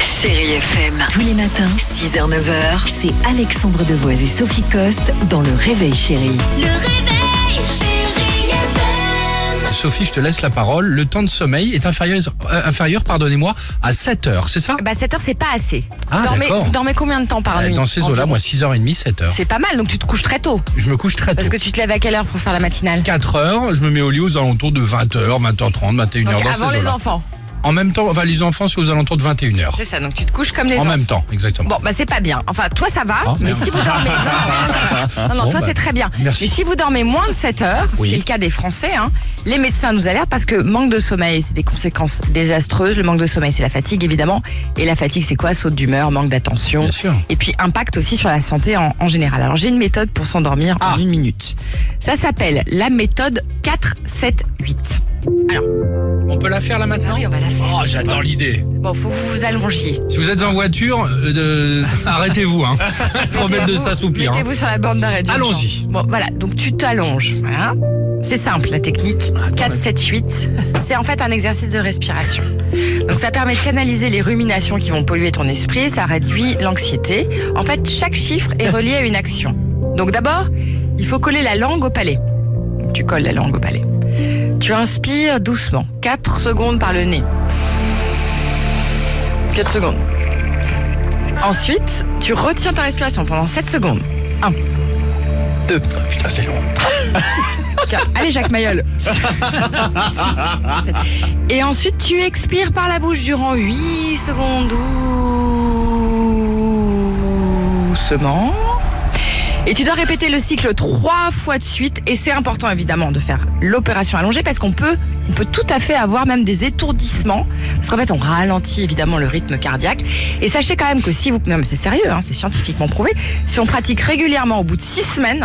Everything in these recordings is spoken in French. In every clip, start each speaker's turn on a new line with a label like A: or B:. A: Chérie FM.
B: Tous les matins, 6h, 9h, c'est Alexandre Devoise et Sophie Coste dans Le Réveil Chérie.
C: Le réveil, chérie FM.
D: Sophie, je te laisse la parole. Le temps de sommeil est inférieur, euh, inférieur pardonnez-moi, à 7 heures, c'est ça
E: Bah 7 heures c'est pas assez.
D: Ah,
E: vous, dormez,
D: d'accord.
E: vous dormez combien de temps par
D: Euh,
E: nuit
D: Dans ces
E: environ
D: eaux-là, moi, 6h30, 7h.
E: C'est pas mal, donc tu te couches très tôt.
D: Je me couche très tôt.
E: Parce que tu te lèves à quelle heure pour faire la matinale
D: 4 heures, je me mets au lit aux alentours de 20h, 20h30, 21h.
E: Donc
D: dans
E: avant
D: ces
E: les
D: eaux-là.
E: enfants.
D: En même temps, enfin, les enfants, c'est aux alentours de 21h.
E: C'est ça, donc tu te couches comme les
D: En
E: enfants.
D: même temps, exactement.
E: Bon, bah c'est pas bien. Enfin, toi ça va,
D: Ah,
E: mais
D: merde.
E: si vous dormez. Non, non, non, non, non,
D: Bon,
E: toi
D: bah,
E: c'est très bien.
D: merci.
E: Mais si vous dormez moins de 7 heures,
D: Oui.
E: ce qui est le cas des Français, hein, les médecins nous alertent parce que manque de sommeil, c'est des conséquences désastreuses. Le manque de sommeil, c'est la fatigue, évidemment. Et la fatigue, c'est quoi Saute d'humeur, manque d'attention.
D: Bien sûr.
E: Et puis impact aussi sur la santé en, en général. Alors j'ai une méthode pour s'endormir
D: Ah.
E: en une minute. Ça s'appelle la méthode 4-7-8.
D: On peut la faire là maintenant
E: Ah on va la
D: Oh, j'adore l'idée.
E: Bon, faut que vous vous allongiez.
D: Si vous êtes en voiture, euh, de- arrêtez-vous. Hein. Trop bête de
E: Mettez-vous-
D: s'assouplir. hein.
E: Mettez-vous sur la borne d'arrêt. d'urgence.
D: Allons-y.
E: Bon, voilà, donc tu t'allonges. Voilà. C'est simple la technique.
D: Attends,
E: 4, 7, 8. C'est en fait un exercice de respiration. Donc ça permet de canaliser les ruminations qui vont polluer ton esprit, ça réduit l'anxiété. En fait, chaque chiffre est relié à une action. Donc d'abord, il faut coller la langue au palais. Tu colles la langue au palais. Tu inspires doucement, 4 secondes par le nez. 4 secondes. Ensuite, tu retiens ta respiration pendant 7 secondes. 1, 2,
D: Oh, putain, c'est long.
E: Tiens, Allez, Jacques Mayol. Et ensuite, tu expires par la bouche durant 8 secondes doucement. Et tu dois répéter le cycle trois fois de suite. Et c'est important, évidemment, de faire l'opération allongée parce qu'on peut, on peut tout à fait avoir même des étourdissements. Parce qu'en fait, on ralentit évidemment le rythme cardiaque. Et sachez quand même que si vous. Non, mais c'est sérieux, hein, c'est scientifiquement prouvé. Si on pratique régulièrement au bout de six semaines,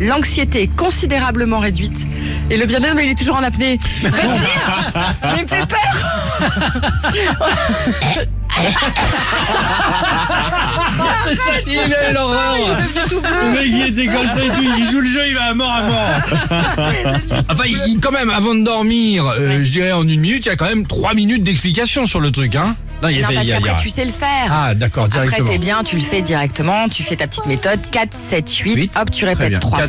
E: l'anxiété est considérablement réduite. Et le bien-être, mais il est toujours en apnée. Respire Mais il me fait peur
D: C'est ça qui est l'horreur.
E: tout bleu.
D: Le mec, il était comme ça et tout, il joue le jeu, il va à mort à mort. Enfin, il- quand même, avant de dormir, euh, je dirais en une minute, il y a quand même trois minutes d'explication sur le truc, hein Non, il y a,
E: Non, parce
D: il y a- il y a-
E: qu'après, tu sais le faire.
D: Ah, d'accord,
E: Après,
D: directement.
E: t'es bien, tu le fais directement, tu fais ta petite méthode. 4, 7, 8.
D: Huit.
E: Hop, tu
D: Très bien.
E: répètes trois
D: Quatre,